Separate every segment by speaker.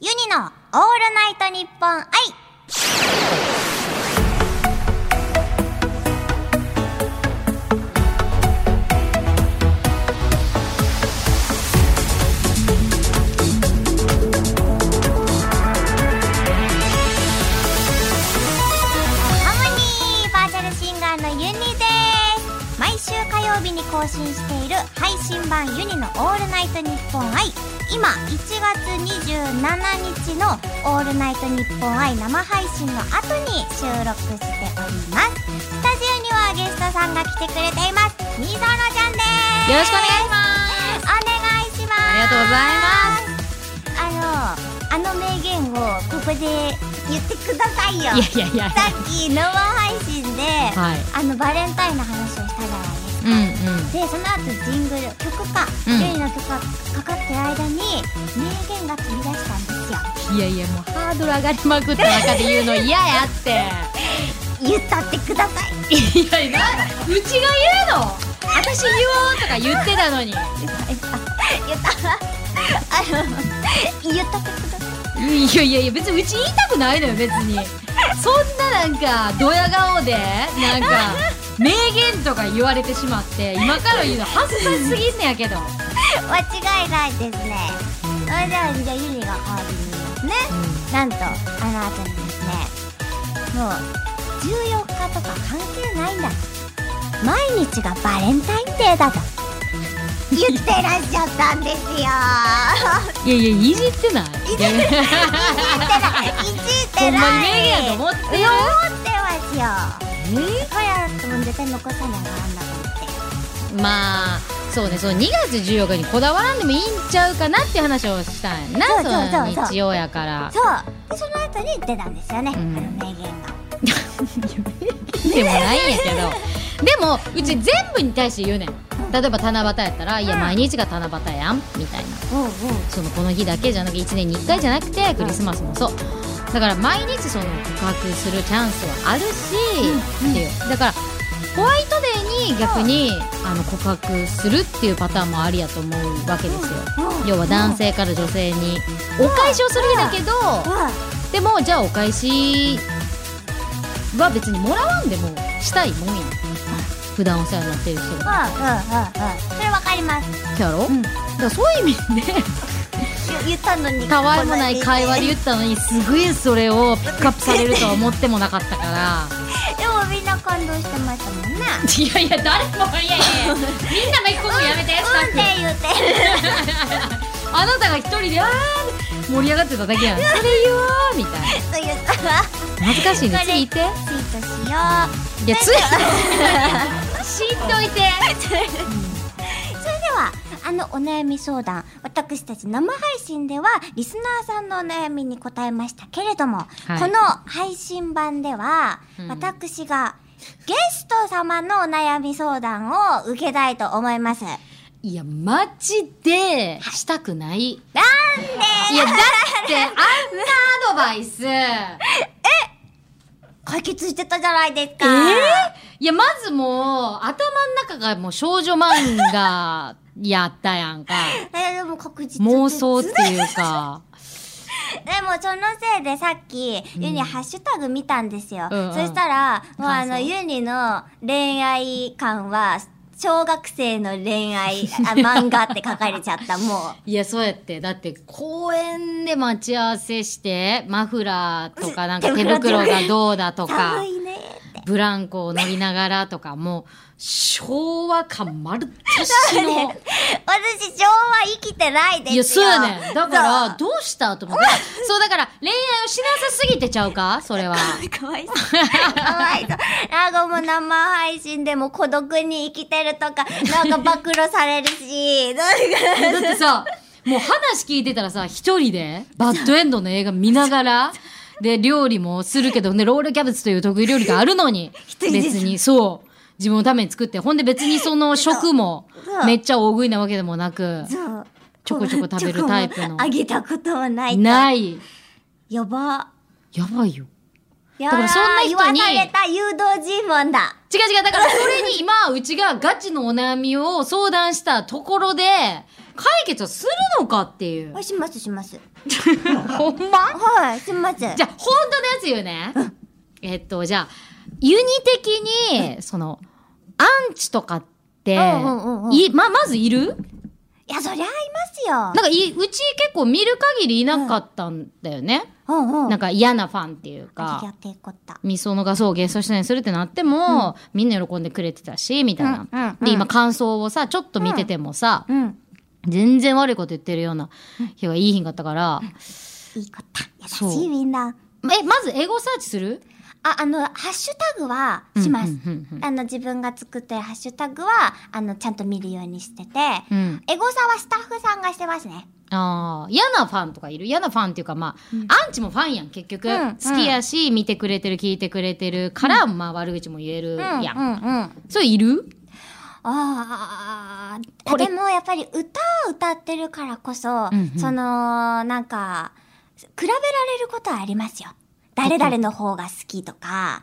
Speaker 1: ユニのオールナイトニッポン愛ハモニーバーチャルシンガーのユニです毎週火曜日に更新している配信版ユニの「オールナイトニッポン愛」今1月27日の「オールナイトニッポン愛」生配信の後に収録しておりますスタジオにはゲストさんが来てくれていますみぞのちゃんです
Speaker 2: よろしくお願いし
Speaker 1: ますお願いします
Speaker 2: ありがとうござ
Speaker 1: いますあのあの名言をここで言ってくださいよ
Speaker 2: いやいやいや
Speaker 1: さっき生配信で、
Speaker 2: はい
Speaker 1: あのバレンタインの話をしたじゃないですか、
Speaker 2: うんうん
Speaker 1: でその後ジングル曲か、
Speaker 2: うん
Speaker 1: ジュリの曲がかかってる間に名言が飛び出したんですよ
Speaker 2: いやいやもうハードル上がりまくった中で言うの嫌やって
Speaker 1: 言ったってください
Speaker 2: いやいやうちが言うの私言おうとか言ってたのに
Speaker 1: 言ったあの言ったってください
Speaker 2: いやいやいや別にうち言いたくないのよ別にそんななんかドヤ顔でなんか名言とか言われてしまって今から言うの恥ずかしすぎんねやけど
Speaker 1: 間違いないですねそれではじゃあユニが代わりに言いますね、なんとあの後にですねもう14日とか関係ないんだ毎日がバレンタインデーだと言ってらっしゃったんですよ
Speaker 2: いやいやいじってないいじってない
Speaker 1: いじって
Speaker 2: ほんま
Speaker 1: な
Speaker 2: に名言や
Speaker 1: い
Speaker 2: と思ってる
Speaker 1: 思ってますよこれはもう絶対残さなあかんなと思って
Speaker 2: まあそうねその2月14日にこだわらんでもいいんちゃうかなっていう話をしたんやな
Speaker 1: そうそ
Speaker 2: そ
Speaker 1: うそうそう
Speaker 2: の日曜やから
Speaker 1: そうでその後に出たんですよね、
Speaker 2: うん
Speaker 1: あの名言が
Speaker 2: でもないんやけどでもうち全部に対して言うねん例えば七夕やったら「いや
Speaker 1: うん
Speaker 2: 毎日が七夕やん」みたいな
Speaker 1: うんうん
Speaker 2: そのこの日だけじゃなくて1年に1回じゃなくてクリスマスもそうだから毎日その告白するチャンスはあるし、
Speaker 1: うん
Speaker 2: っていうだからホワイトデーに逆にあの告白するっていうパターンもありやと思うわけですよ、
Speaker 1: うん
Speaker 2: 要は男性から女性にお返しをする日だけど、
Speaker 1: うん
Speaker 2: でもじゃあお返しは別にもらわんでもしたいもんやん普段お世話になってる人
Speaker 1: うんうんうんうん
Speaker 2: が
Speaker 1: それわかります
Speaker 2: そうやろ、だからそういう意味で
Speaker 1: ゆ言ったのに
Speaker 2: たわいもない会話で言
Speaker 1: っ
Speaker 2: ったのにすごいそれをピックアップされるとは思ってもなかったから
Speaker 1: でもみんな感動してましたもんね
Speaker 2: いやいや誰もいやいやみんな巻き込むのやめ
Speaker 1: う
Speaker 2: てス
Speaker 1: んって
Speaker 2: タッフ
Speaker 1: 言ってる
Speaker 2: あなたが一人であー盛り上がってただけやんそれ言おうみたい
Speaker 1: と言ったら
Speaker 2: な恥ずかしいね
Speaker 1: これ
Speaker 2: 次行って
Speaker 1: ツイートしよ
Speaker 2: いやつい知っといて
Speaker 1: うそれではあのお悩み相談私たち生配信ではリスナーさんのお悩みに答えましたけれども、
Speaker 2: はい
Speaker 1: この配信版では、
Speaker 2: うん
Speaker 1: 私がゲスト様のお悩み相談を受けたいと思います
Speaker 2: いやマジでしたくない
Speaker 1: なん
Speaker 2: いやだってあんなアドバイス
Speaker 1: 解決してたじゃないですか
Speaker 2: いや、まずもう、頭の中がもう少女漫画やったや んか。
Speaker 1: えーでも確実
Speaker 2: 妄想っていうか。
Speaker 1: でもそのせいでさっきユニハッシュタグ見たんですよ、
Speaker 2: うんうん
Speaker 1: そしたらもうあの
Speaker 2: 感想
Speaker 1: ユニの恋愛感は小学生の恋愛 あ漫画って書かれちゃったもう
Speaker 2: いや、そうやって。だって、公園で待ち合わせして、マフラーとかなんか手袋がどうだとか
Speaker 1: 寒、いねって
Speaker 2: ブランコを乗りながらとか、もう、昭和感まるっと しの。
Speaker 1: 私昭和生きてないですよ
Speaker 2: いや、そうやねん。だから、
Speaker 1: そう
Speaker 2: どうしたと思って。そう、だから、恋愛をしなさすぎてちゃうかそれは。
Speaker 1: かわいそう。かわいそう。なんかもう生配信でも孤独に生きてるとか、なんか暴露される し、なんか
Speaker 2: だってさ、もう話聞いてたらさ、一人で、バッドエンドの映画見ながら、で、料理もするけどね、ロールキャベツという得意料理があるのに、
Speaker 1: 人で
Speaker 2: 別に、そう、自分のために作って、ほんで別にその食も
Speaker 1: そう、
Speaker 2: めっちゃ大食いなわけでもなく、
Speaker 1: そう。
Speaker 2: ちょこちょこ食べるタイプ
Speaker 1: チ
Speaker 2: の
Speaker 1: ョコもあげたことはないと。
Speaker 2: ない。
Speaker 1: やば。
Speaker 2: やばいよ。
Speaker 1: や
Speaker 2: だからそんな人に
Speaker 1: 言わされた誘導尋問だ。
Speaker 2: 違う違う、だからそれに今、うちがガチのお悩みを相談したところで、解決をするのかっていう
Speaker 1: あ。しますします
Speaker 2: ほんま
Speaker 1: はいしますじ
Speaker 2: じゃあ、本当のやつ言うね。えっと、じゃあ、ユニ的に、その、アンチとかって、
Speaker 1: うんうんうんうん
Speaker 2: い、ま、まずいる
Speaker 1: いやそりゃあ
Speaker 2: ない
Speaker 1: ま
Speaker 2: んかい、うち結構見る限りいなかったんだよね。
Speaker 1: すようんうん
Speaker 2: なんか嫌なファンっていう
Speaker 1: あり
Speaker 2: か
Speaker 1: が。てえこった
Speaker 2: ミソの画像をゲスト出演するってなっても、みんな喜んでくれてたし、みたいな。
Speaker 1: うんうんうん
Speaker 2: で、今感想をさ、ちょっと見ててもさ、
Speaker 1: うん
Speaker 2: 全然悪いこと言ってるような人がいいひんかったから、
Speaker 1: いいこった優
Speaker 2: そう
Speaker 1: しいみんな
Speaker 2: え、まずエゴサーチする
Speaker 1: ああのハッシュタグはします、
Speaker 2: うんうんうんうん
Speaker 1: あの自分が作ってるハッシュタグはあのちゃんと見るようにしてて、
Speaker 2: うん。
Speaker 1: エゴサはスタッフさんがしてますね
Speaker 2: ああ、嫌なファンとかいる嫌なファンっていうか、まあ、アンチもファンやん、結局。
Speaker 1: うんうん
Speaker 2: 好きやし、見てくれてる、聞いてくれてるから、まあ、悪口も言えるやん。
Speaker 1: うんうん
Speaker 2: それいる
Speaker 1: あー
Speaker 2: これ
Speaker 1: でもやっぱり歌を歌ってるからこそ、
Speaker 2: うんうん
Speaker 1: そのなんか比べられることはありますよ誰々の方が好きとか、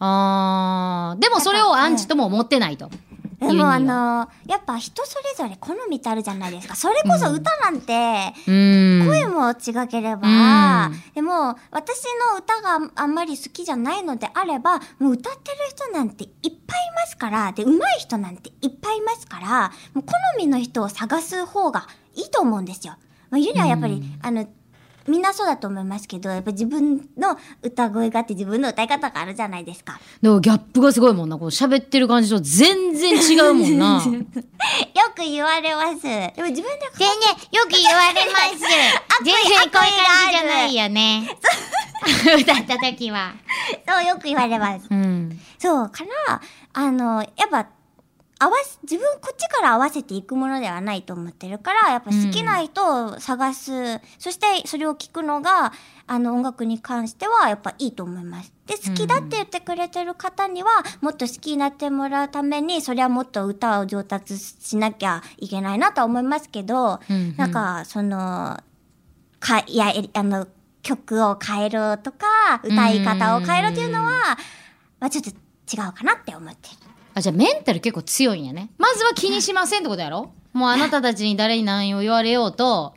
Speaker 2: ああ、でもそれをアンチとも思ってないと。
Speaker 1: で
Speaker 2: ユニ
Speaker 1: も
Speaker 2: は
Speaker 1: あのやっぱ人それぞれ好みってあるじゃないですかそれこそ歌なんて、
Speaker 2: うん。
Speaker 1: 声も違ければ、
Speaker 2: うん
Speaker 1: でも私の歌があんまり好きじゃないのであればもう歌ってる人なんていっぱいいますからで上手い人なんていっぱいいますからもう好みの人を探す方がいいと思うんですよ。まあ、ゆりはやっぱり、あのみんなそうだと思いますけどやっぱ自分の歌声があって自分の歌い方があるじゃないですか。
Speaker 2: でもギャップがすごいもんな。こう喋ってる感じと全然違うもんな。
Speaker 1: よく言われます。でも自分で
Speaker 3: 全然、よく言われ ます。全然こういう感じじゃないよね。 歌った時は。
Speaker 1: そうよく言われます。
Speaker 2: うん。
Speaker 1: そうから、あの、やっぱ、合わせ、自分こっちから合わせていくものではないと思ってるから、やっぱ好きな人を探す、そしてそれを聞くのが、あの音楽に関してはやっぱいいと思います。で、好きだって言ってくれてる方には、もっと好きになってもらうために、そりゃもっと歌を上達しなきゃいけないなとは思いますけど、
Speaker 2: うん
Speaker 1: なんか、その、か、いや、えあの、曲を変えろとか、歌い方を変えろっていうのは、まあちょっと違うかなって思ってる。
Speaker 2: あ、じゃあメンタル結構強いんやね。まずは気にしませんってことやろもうあなたたちに誰に何を言われようと、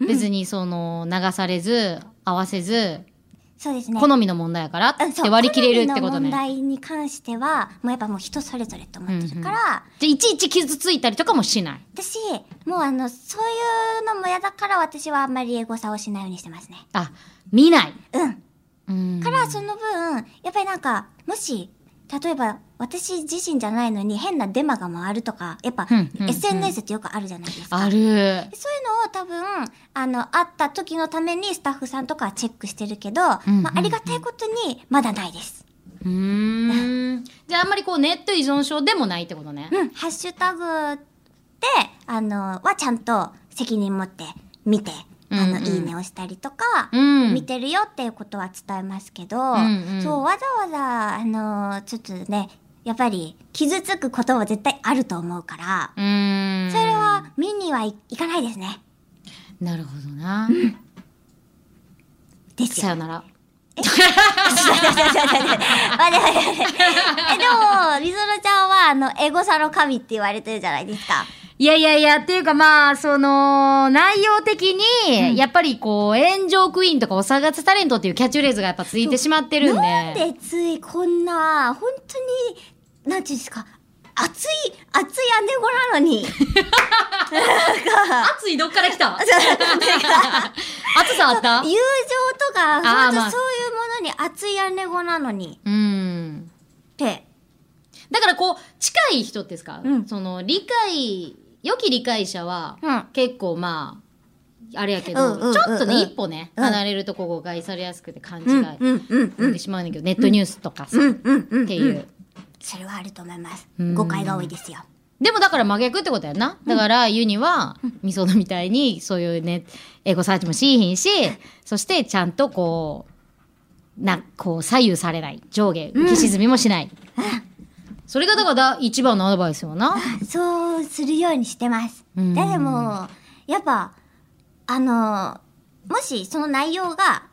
Speaker 2: 別にその、流されず、合わせず、
Speaker 1: そうですね。
Speaker 2: 好みの問題やからっ
Speaker 1: うんそう
Speaker 2: て割り切れるってこ
Speaker 1: 好
Speaker 2: と
Speaker 1: みの問
Speaker 2: ね。じゃあ
Speaker 1: 題に関しては、もうやっぱもう人それぞれと思ってるから、
Speaker 2: いちいち傷ついたりとかもしない。
Speaker 1: 私、もうあの、そういうのも嫌だから私はあんまりエゴサをしないようにしてますね。
Speaker 2: あ、見ない。
Speaker 1: うん。
Speaker 2: うん。
Speaker 1: から、その分、やっぱりなんか、もし、例えば、私自身じゃないのに変なデマが回るとか、やっぱ
Speaker 2: うんうんう、ん
Speaker 1: SNS ってよくあるじゃないですか。
Speaker 2: ある。
Speaker 1: そういうのを多分、あの、会った時のためにスタッフさんとかはチェックしてるけど、
Speaker 2: うんうん
Speaker 1: まあ、ありがたいことに、まだないです。
Speaker 2: うーん。じゃああんまりこうネット依存症でもないってことね。
Speaker 1: うん、ハッシュタグで、あの、はちゃんと責任持って見て、あの、
Speaker 2: うんうん
Speaker 1: いいねをしたりとか、
Speaker 2: うん
Speaker 1: 見てるよっていうことは伝えますけど、
Speaker 2: んうん
Speaker 1: そう、わざわざ、あの、ちょっとね、やっぱり傷つくことも絶対あると思うから、
Speaker 2: うーん。
Speaker 1: それは見にはい、いかないですね。
Speaker 2: なるほどな。
Speaker 1: です
Speaker 2: さ
Speaker 1: よ。
Speaker 2: よなら。
Speaker 1: 待って待って待ってえ、でも、みぞろちゃんは、あの、エゴサの神って言われてるじゃないですか。
Speaker 2: いやいやいや、っていうかまあ、その、内容的に、やっぱりこう、炎上クイーンとかお騒がせタレントっていうキャッチフレーズがやっぱついてしまってるんで。
Speaker 1: なんでついこんな、本当に、なんていうんですか、熱い、熱いアンデゴなの に。
Speaker 2: 熱いどっから来た 熱さあった
Speaker 1: 友情とか、
Speaker 2: あ
Speaker 1: 本
Speaker 2: ーまあ
Speaker 1: 当そういうものに熱いアンデゴなのに。
Speaker 2: うん。
Speaker 1: って。
Speaker 2: だからこう、近い人ってですか、
Speaker 1: うん
Speaker 2: その、理解、良き理解者は、
Speaker 1: うん
Speaker 2: 結構まあ、あれやけど、
Speaker 1: うんうんうんうん
Speaker 2: ちょっとね、一歩ね、
Speaker 1: うん
Speaker 2: 離れるとこ誤解されやすくて勘違い
Speaker 1: うん、うん、うん、う
Speaker 2: 生ん
Speaker 1: ん
Speaker 2: で。しまうんだけど、ネットニュースとかさ、
Speaker 1: うん、うん、うん。
Speaker 2: っていう。
Speaker 1: それはあると思います
Speaker 2: う。ん
Speaker 1: 誤解が多いですよ。
Speaker 2: でもだから真逆ってことやんな。だから、ユニは、ミソノみたいに、そういうね、エゴサーチもしいひんし、そしてちゃんとこう、な、こう、左右されない。上下、浮き沈みもしない。それがだから一番のアドバイスよな。
Speaker 1: そうするようにしてます。
Speaker 2: うん
Speaker 1: ででも、やっぱ、あの、もしその内容が、いやいや、明らか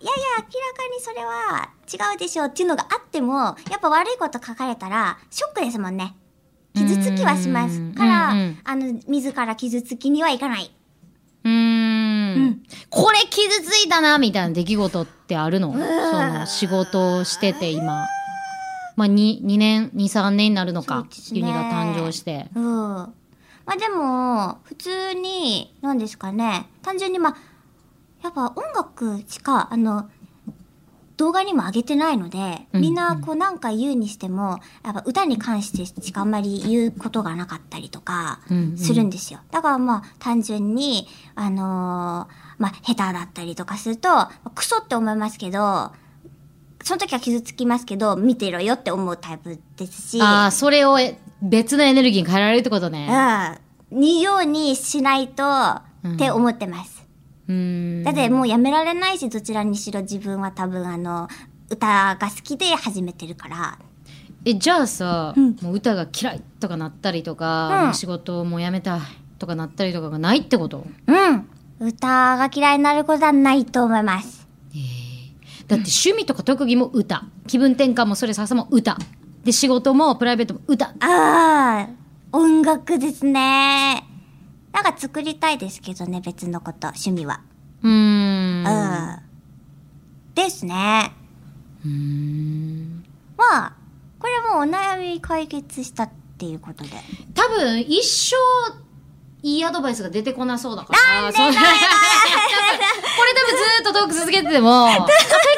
Speaker 1: にそれは違うでしょうっていうのがあっても、やっぱ悪いこと書かれたら、ショックですもんね。傷つきはします
Speaker 2: うん
Speaker 1: から、
Speaker 2: うんうん
Speaker 1: あの自ら傷つきにはいかない。
Speaker 2: うー
Speaker 1: うんん
Speaker 2: これ傷ついたなみたいな出来事ってあるのその仕事をしてて今。まあ、2, 二年、2、3年になるのか。
Speaker 1: そうですね
Speaker 2: ユニが誕生して。
Speaker 1: うん。まあでも、普通に、何ですかね、単純にまあ、やっぱ音楽しか、あの、動画にも上げてないので、
Speaker 2: うん
Speaker 1: みんなこう何回言うにしても、やっぱ歌に関してしかあんまり言うことがなかったりとか
Speaker 2: うんうん
Speaker 1: するんですよ。だからまあ単純に、あのーまあ下手だったりとかすると、クソって思いますけど、その時は傷つきますけど、見てろよって思うタイプですし。
Speaker 2: ああ、それをえ別のエネルギーに変えられるってことね。
Speaker 1: うん、似ようにしないと、
Speaker 2: うん
Speaker 1: って思ってます。
Speaker 2: うーん。
Speaker 1: だってもうやめられないし、どちらにしろ自分は多分あの、歌が好きで始めてるから。
Speaker 2: え、じゃあさ、
Speaker 1: うん
Speaker 2: もう歌が嫌いとかなったりとか、
Speaker 1: うん
Speaker 2: もう仕事をもう辞めたいとかなったりとかがないってこと
Speaker 1: うん。歌が嫌いになることはないと思います。
Speaker 2: だって趣味とか特技も歌。気分転換もそれさせも歌。で、仕事もプライベートも歌。
Speaker 1: ああ、音楽ですね。なんか作りたいですけどね、別のこと、趣味は。
Speaker 2: うーん。
Speaker 1: うん。ですね。
Speaker 2: うーん
Speaker 1: まあ、これもうお悩み解決したっていうことで。
Speaker 2: 多分一生いいアドバイスが出てこなそうだからなんでだこれ多分ずーっとトーク続けてても「あ解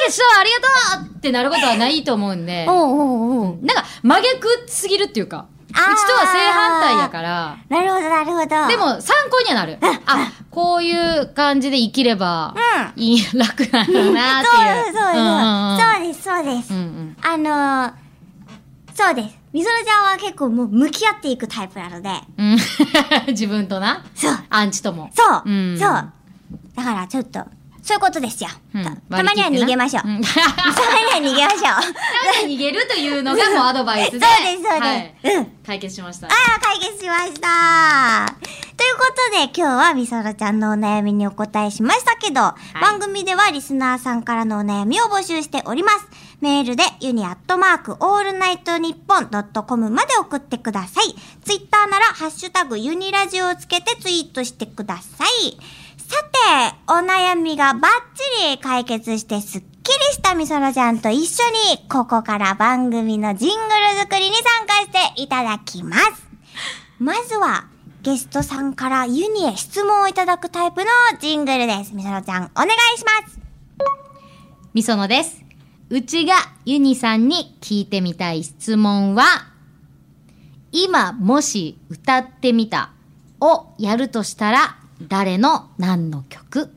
Speaker 2: 決したわありがとう!」ってなることはないと思うんで
Speaker 1: おうおうおう。
Speaker 2: なんか真逆すぎるっていうかうちと
Speaker 1: あー
Speaker 2: は正反対やから
Speaker 1: なるほど、なるほど。
Speaker 2: で、も参考にはなるあこういう感じで生きれば
Speaker 1: う
Speaker 2: いい楽なんだなって
Speaker 1: そう
Speaker 2: い
Speaker 1: そううそう。そうです、そうです。
Speaker 2: うんうんうんうんうん
Speaker 1: あのー、そうです。みぞろちゃんは結構もう向き合っていくタイプなので。
Speaker 2: うん 自分とな
Speaker 1: そう。
Speaker 2: アンチとも
Speaker 1: そう。
Speaker 2: うん
Speaker 1: そう。だからちょっと、そういうことですよ。
Speaker 2: うん
Speaker 1: たたまには逃げましょう。
Speaker 2: ん
Speaker 1: たまには逃げましょう。
Speaker 2: なんで逃げるというのがもうアドバイス
Speaker 1: そう
Speaker 2: で。
Speaker 1: です、そう
Speaker 2: は
Speaker 1: で
Speaker 2: い
Speaker 1: す。うん。
Speaker 2: 解決しました
Speaker 1: あ。ら、解決しました。ということで、今日はみそらちゃんのお悩みにお答えしましたけど、
Speaker 2: い
Speaker 1: 番組ではリスナーさんからのお悩みを募集しております。メールで、ユニアットマークオールナイトニッポンドットコムまで送ってください。ツイッターなら、ハッシュタグユニラジオをつけてツイートしてください。さて、お悩みがバッチリ解決してすっきりしたみそらちゃんと一緒に、ここから番組のジングル作りに参加していただきます。まずは、ゲストさんからユニへ質問をいただくタイプのジングルです。みそろちゃん、お願いします。
Speaker 2: みそのです。うちがユニさんに聞いてみたい質問は、今もし歌ってみたをやるとしたら誰の何の曲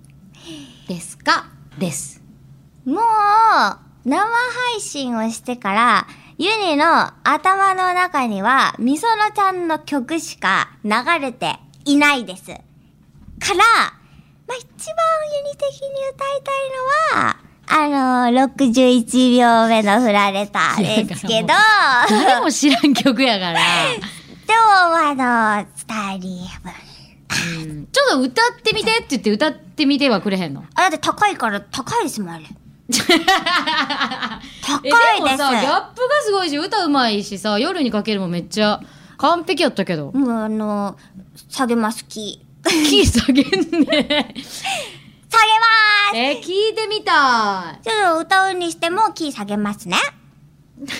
Speaker 2: ですかです。
Speaker 1: もう、生配信をしてから、ユニの頭の中には、みそろちゃんの曲しか流れていないです。から、まあ、一番ユニ的に歌いたいのは、あの61秒目の振られたですけど、
Speaker 2: 誰も知らん曲や から、
Speaker 1: でも、あの、二人分。
Speaker 2: うんちょっと歌ってみてって言って歌ってみてはくれへんの
Speaker 1: あ、だって高いから高いですもん、あ れ。高い
Speaker 2: え
Speaker 1: です。
Speaker 2: でもさギャップがすごいし歌うまいしさ夜にかけるもめっちゃ完璧やったけど
Speaker 1: もうあの、下げます、キー。
Speaker 2: キー下げんね
Speaker 1: 下げま
Speaker 2: え聞いてみた
Speaker 1: ーすちょっと歌うにしてもキー下げますね。
Speaker 2: い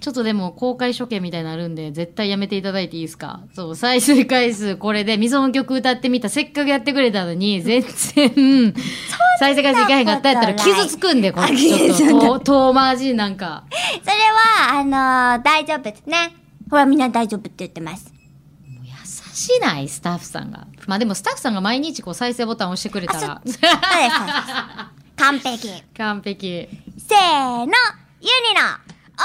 Speaker 2: ちょっとでも公開処刑みたいになるんで絶対やめていただいていいですかそう再生回数これで溝の曲歌ってみたせっかくやってくれた のに全然再生回数いかへんかったやったら傷つくんでこ
Speaker 1: あ
Speaker 2: れちょっ
Speaker 1: 傷つくんだ
Speaker 2: と遠遠回しになんか
Speaker 1: それは、あの大丈夫ですね。ほら、みんな大丈夫って言ってます。
Speaker 2: 優しないスタッフさんがまあでもスタッフさんが毎日こう再生ボタン押してくれたら
Speaker 1: そうです、そうです。完璧。
Speaker 2: 完璧
Speaker 1: せーの、ユニの、オー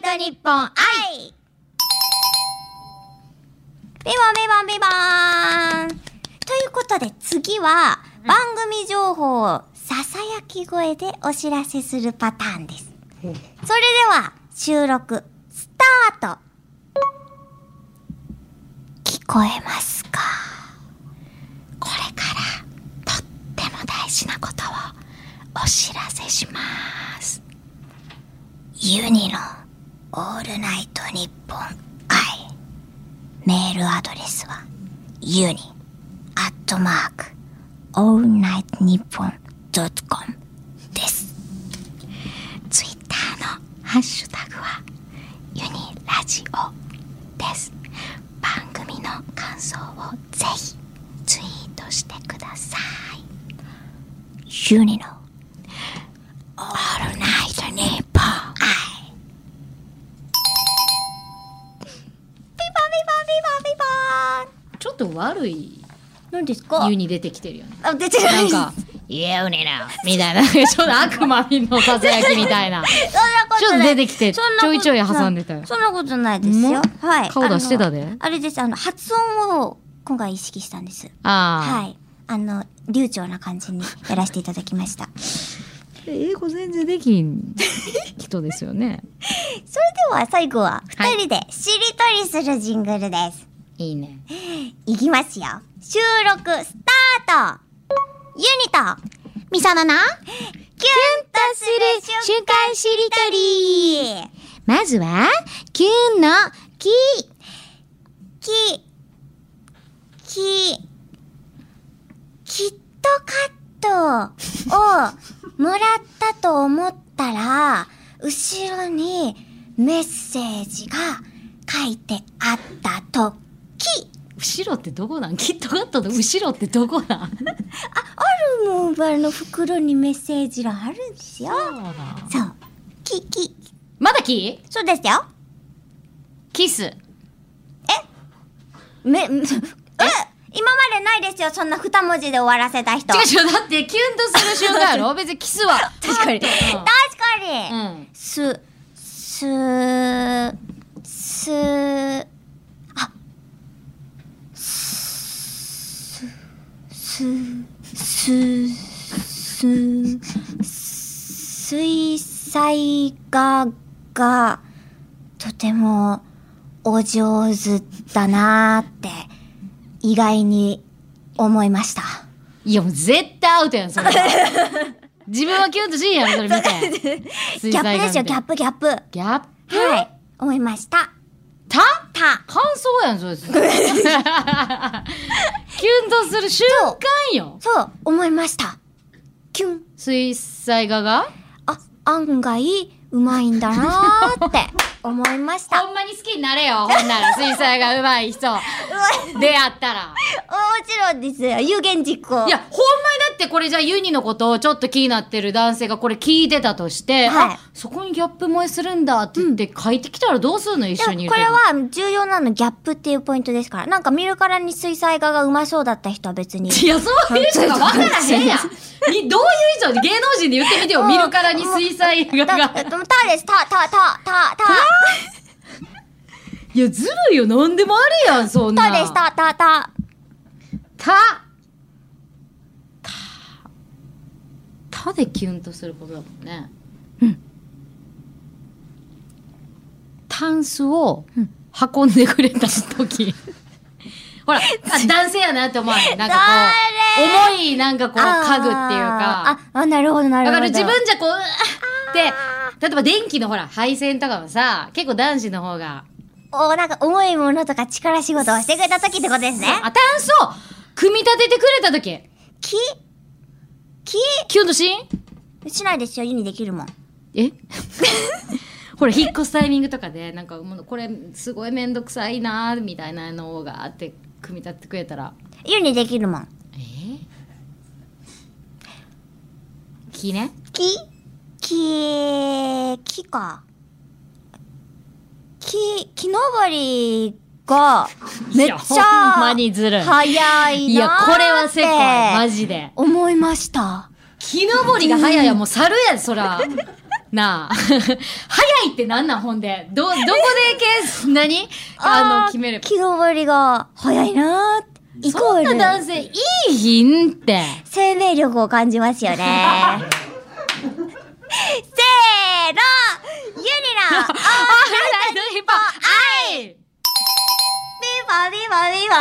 Speaker 1: ルナイトニッポン愛ビボンビボンビボーンということで次は、番組情報をささやき声でお知らせするパターンです。それでは、収録、スタート聞こえますかこれから、とっても大事なことをお知らせします。ユニのオールナイトニッポン愛メールアドレスはユニアットマークオールナイトニッポンドットコムですツイッターのハッシュタグはユニラジオです番組の感想をぜひツイートしてくださいユニのオールナイトニッポン愛ピポンピポンピポンピ
Speaker 2: ちょっと悪い
Speaker 1: ポン何ですか
Speaker 2: 湯に出てきてるよね
Speaker 1: あ出てな
Speaker 2: ないん
Speaker 1: です
Speaker 2: か「イエウネナ」みたいな ちょっと悪魔のささやきみたいな
Speaker 1: そんなこ
Speaker 2: ちょ
Speaker 1: と
Speaker 2: っと
Speaker 1: ない
Speaker 2: 出てきてち
Speaker 1: そんなこと
Speaker 2: ょいちょい挟んでたよ
Speaker 1: なそんなことないですよ。はい。
Speaker 2: 顔出してたで
Speaker 1: あのあれです。あの、発音を今回意識したんです。は
Speaker 2: ああ、
Speaker 1: い。あの、流暢な感じにやらせていただきました。 そ
Speaker 2: 英語全然できん人です よね
Speaker 1: れでは最後は二人でしりとりするジングルです。
Speaker 2: いいね
Speaker 1: い、きますよ。収録スタートユニと
Speaker 3: みそのの
Speaker 1: キュンとする瞬
Speaker 3: 瞬間しりとり
Speaker 1: 間
Speaker 3: まずは、キュンのキ
Speaker 1: き、き、キットカットをもらったと思ったら、後ろにメッセージが書いてあったとき。
Speaker 2: 後ろってどこなんきっとカットの後ろってどこなん
Speaker 1: あるもんばの袋にメッセージがあるんですよ。そう。き、き、
Speaker 2: まだキ
Speaker 1: そうですよ。
Speaker 2: キス
Speaker 1: め、え今までないですよ。そんな二文字で終わらせた人。
Speaker 2: 違う違うだってキュンとする瞬 間やろ別にキスは確かに
Speaker 1: 確かに。
Speaker 2: うん
Speaker 1: す、す、す、あ、す、す、す、す、水彩画がとてもお上手だなーって意外に思いました。
Speaker 2: いやもう絶対アウトやん それ自分はキュンとしんやんそれ見て水
Speaker 1: ギャップですよ、ギャッ
Speaker 2: プ
Speaker 1: プ、ギャップ。は
Speaker 2: ギャップ
Speaker 1: い、思いました。
Speaker 2: た
Speaker 1: た。
Speaker 2: 感想やんそれ キュンとする瞬間よ
Speaker 1: そう、思いました。キュン。
Speaker 2: 水彩画が
Speaker 1: あ、案外、うまいんだなー って思いました。
Speaker 2: ほんまに好きになれよほんなら水彩画上手い人出会ったら
Speaker 1: もちろんですよ。有言実行。
Speaker 2: いや、ほんまにだってこれじゃあユニのことをちょっと気になってる男性がこれ聞いてたとして、
Speaker 1: はい
Speaker 2: あ、そこにギャップ萌えするんだって言って書いてきたらどうするの一
Speaker 1: でも
Speaker 2: 緒にいる
Speaker 1: こ
Speaker 2: け
Speaker 1: れ
Speaker 2: ど。
Speaker 1: は重要なのギャップっていうポイントですから。なんか見るからに水彩画がうまそうだった人は別に。
Speaker 2: いや、そういう人がわからへ んやん。にどういう以上に芸能人で言ってみてよ。見るからに水彩画
Speaker 1: だ、
Speaker 2: が
Speaker 1: え。っとたです。た、た、た、た、た。
Speaker 2: いや、ずるいよ。なんでもありやん、そん
Speaker 1: た
Speaker 2: な。
Speaker 1: です。た、た、た。
Speaker 2: た。た。たでキュンとすることだもんね。タンスを運んでくれた時。 ほら、あ男性やなって思わない。なんかこう、重い、なんかこう、家具っていう
Speaker 1: あ
Speaker 2: か。
Speaker 1: ー、ああなるほど、なる
Speaker 2: だ
Speaker 1: ほど。
Speaker 2: から自分じゃこう、うわーって、例えば電気のほら、配線とかもさ、結構男子の方が、
Speaker 1: お、なんか重いものとか力仕事をしてくれた時ってことですね。
Speaker 2: あ、タンスを組み立ててくれた時、
Speaker 1: き、き、
Speaker 2: キュンとしん
Speaker 1: しないですよ。湯にできるもん。
Speaker 2: え ほら引っ越すタイミングとかでなんかもうこれすごい面倒くさいなーみたいなのがあって組み立ててくれたら
Speaker 1: 湯にできるもん。
Speaker 2: え木ね
Speaker 1: きき木か木木登りがめっちゃ
Speaker 2: いやほんまにずるい
Speaker 1: 早い
Speaker 2: いや
Speaker 1: なーって
Speaker 2: これはせこいマジで
Speaker 1: 思いました
Speaker 2: 木登りが早いやもう猿やでそ らなあ 早いってなんなんほんでどどこでけ何あ
Speaker 1: ー
Speaker 2: の決める
Speaker 1: 木登りが早いなーってイコ
Speaker 2: そんな
Speaker 1: ー
Speaker 2: 男
Speaker 1: ル
Speaker 2: 性いいひんって
Speaker 1: 生命力を感じますよねせ ーのユニラ
Speaker 2: あライドヒップはいい
Speaker 1: ビバビバビバ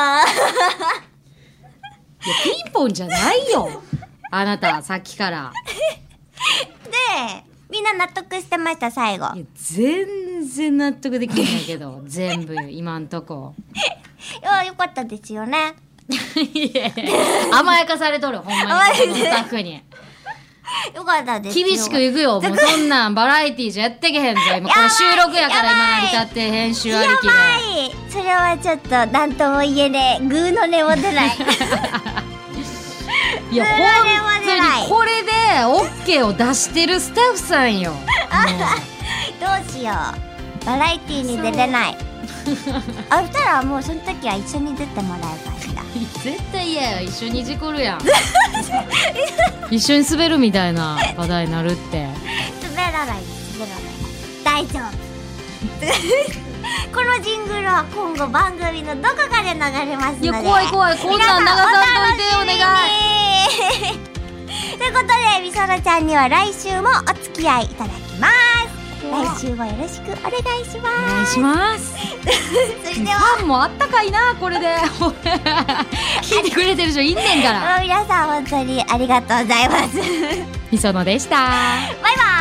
Speaker 2: やピンポンじゃないよあなたさっき から
Speaker 1: でみんな納得してました最後
Speaker 2: いや全全然納得できないけ ど全部今んと こ
Speaker 1: いやよかったですよね
Speaker 2: いえ甘やかされとるほんまにこのスタッフに
Speaker 1: よかったですよ
Speaker 2: 厳しくいく よもうそんなんバラエティーじゃやってけへんぞ今これ収録やから今成り立って編集
Speaker 1: や
Speaker 2: あ
Speaker 1: ば
Speaker 2: りきで
Speaker 1: いそれはちょっと何とも言えねえグーの根も出 ない
Speaker 2: いや
Speaker 1: それは
Speaker 2: 本
Speaker 1: 出ない
Speaker 2: 当にこれで OK を出してるスタッフさんよ もう
Speaker 1: どうしようバラエティーに出れないあしたらもうその時は一緒に出てもらえばいいんだ
Speaker 2: 絶対嫌や一緒に事故る やん一緒に滑るみたいな話題になるって
Speaker 1: 滑らない滑らない大丈夫 このジングルは今後番組のどこかで流れますので
Speaker 2: いや怖い怖いこんなん流さんといてよ
Speaker 1: 皆さんお楽しみにということでみそらちゃんには来週もお付き合いいただきます来週もよろしくお願いし
Speaker 2: お
Speaker 1: ま
Speaker 2: 願 いします
Speaker 1: すそ
Speaker 2: フ
Speaker 1: れでは
Speaker 2: ァンもあったかいなこれ で聞いてくれてる人いん ねんから
Speaker 1: もう皆さん本当にありがとうございます
Speaker 2: みそのでした
Speaker 1: バイバイ